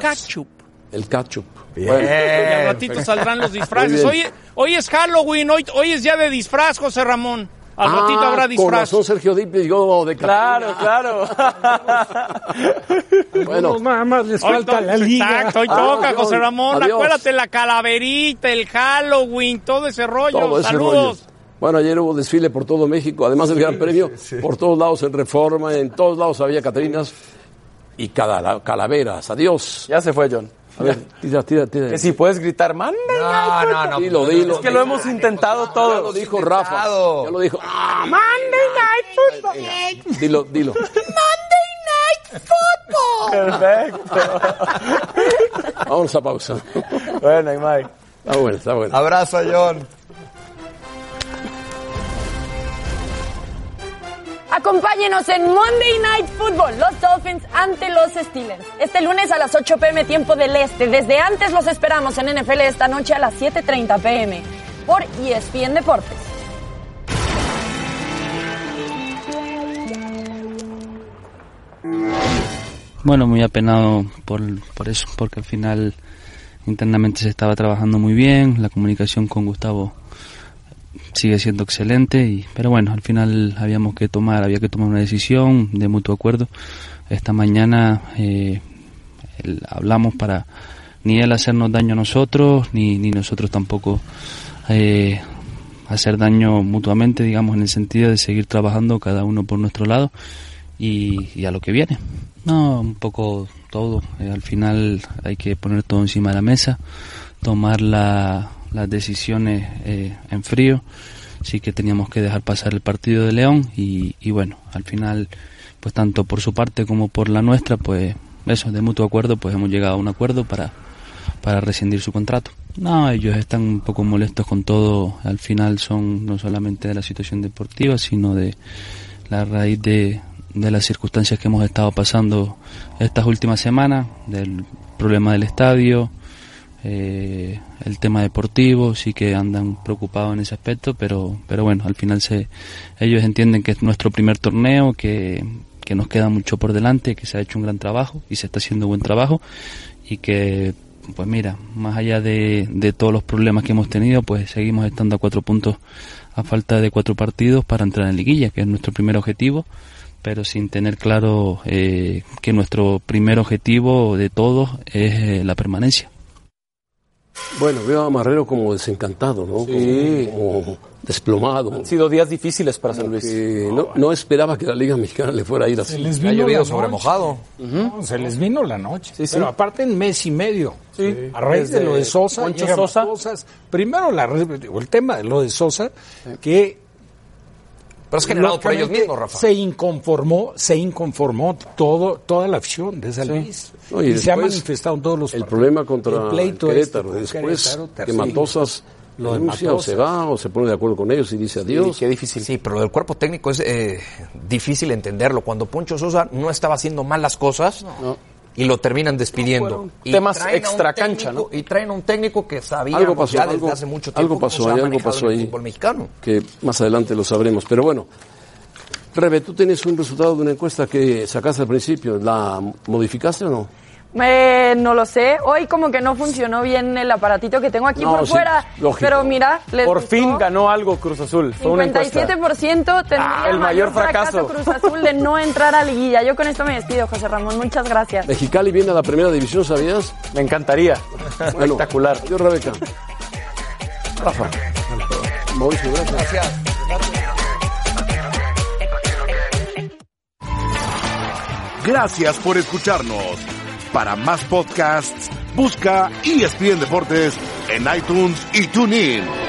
Ketchup. El ketchup. Y al ratito saldrán los disfraces. Muy bien. Hoy, hoy es Halloween, hoy, hoy es día de disfraz, José Ramón. Al ratito Ah, habrá Con disfraz. razón, Sergio Dip llegó de Claro, claro. Catrina. Bueno, No, nada más les Hoy falta to- la liga. Exacto, hoy Ah, toca, John, José Ramón. adiós. Acuérdate, la calaverita, el Halloween, todo ese rollo. todo ese rollo. Saludos. Bueno, ayer hubo desfile por todo México, además del Gran Premio, por todos lados en Reforma, en todos lados había Catrinas y cada, calaveras. Adiós. ya se fue, John. A ver, tira, tira, tira. Que si puedes gritar, man. No, no, no. Dilo, dilo. Es que lo hemos intentado Ya lo todo. dijo Rafa. Ya lo dijo. ¡Ah, Monday Night Football. Dilo, dilo. Perfecto. Vamos a pausa. Bueno, y Mike. Está bueno, está Ah. bueno. Abrazo, John. Acompáñenos en Monday Night Football, los Dolphins ante los Steelers. Este lunes a las 8 pm tiempo del Este. Desde antes los esperamos en NFL esta noche a las 7.30 pm por E ESPN Deportes. Bueno, muy apenado por, por eso, porque al final internamente se estaba trabajando muy bien, la comunicación con Gustavo sigue siendo excelente, y, pero bueno, al final habíamos que tomar, había que tomar una decisión de mutuo acuerdo. Esta mañana eh, el- hablamos para ni él hacernos daño a nosotros, ni, ni nosotros tampoco eh, hacer daño mutuamente, digamos, en el sentido de seguir trabajando cada uno por nuestro lado y, y a lo que viene. No, un poco todo. Eh, al final hay que poner todo encima de la mesa, tomar la- las decisiones eh, en frío. Sí que teníamos que dejar pasar el partido de León y, y bueno, al final, pues tanto por su parte como por la nuestra, pues eso, de mutuo acuerdo, pues hemos llegado a un acuerdo para, para rescindir su contrato. No, ellos están un poco molestos con todo. Al final son no solamente de la situación deportiva, sino de la raíz de, de las circunstancias que hemos estado pasando estas últimas semanas, del problema del estadio, eh, el tema deportivo, sí que andan preocupados en ese aspecto, pero, pero bueno, al final se, ellos entienden que es nuestro primer torneo, que, que nos queda mucho por delante, que se ha hecho un gran trabajo y se está haciendo un buen trabajo y que pues mira, más allá de, de todos los problemas que hemos tenido, pues seguimos estando a cuatro puntos a falta de cuatro partidos para entrar en liguilla, que es nuestro primer objetivo, pero sin tener claro eh, que nuestro primer objetivo de todos es eh, la permanencia. Bueno, veo a Marrero como desencantado, ¿no? Sí. Como, como desplomado. Han sido días difíciles para San Luis. Que no, no esperaba que la Liga Mexicana le fuera a ir así. les Ha vino llovido la sobre noche. mojado. No, se les vino la noche. Sí, sí. Pero aparte en mes y medio. Sí. A raíz de Desde lo de Sosa, Poncho llegan las Sosa. cosas. Primero la, re- digo, el tema de lo de Sosa, que Pero es generado por ellos lógicamente, mismos, Rafa. Se inconformó, se inconformó todo, toda la afición de San Luis. No, y se ha después, manifestado en todos los El partidos. problema contra El el pleito Querétaro. este con después Querétaro, que tercero. Matosas Lo de renuncia o se Matosas. va o se pone de acuerdo con ellos y dice adiós. Qué difícil. Sí, pero lo del cuerpo técnico es eh, difícil entenderlo. Cuando Poncho Sosa no estaba haciendo mal las cosas y lo terminan despidiendo. Y temas traen a un extra cancha, técnico- Y traen a un técnico que sabía Algo pasó, ya desde algo- hace mucho tiempo algo cómo pasó se ha ahí, algo manejado pasó en el ahí. fútbol mexicano. que más adelante lo sabremos. Pero bueno, Rebe, tú tienes un resultado de una encuesta que sacaste al principio. ¿La modificaste o no? Eh, no lo sé. Hoy como que no funcionó bien el aparatito que tengo aquí No, por sí, fuera. lógico. Pero mira, les Por gustó. fin ganó algo Cruz Azul. Fue una encuesta. 57% tendría Ah, el mayor fracaso. Cruz Azul de no entrar a liguilla. Yo con esto me despido, José Ramón. Muchas gracias. Mexicali viene a la primera división, ¿sabías? Me encantaría. Bueno, Espectacular. Yo, Rebeca. Rafa. Mauricio, gracias. Gracias por escucharnos. Para más podcasts, busca ESPN Deportes en iTunes y TuneIn.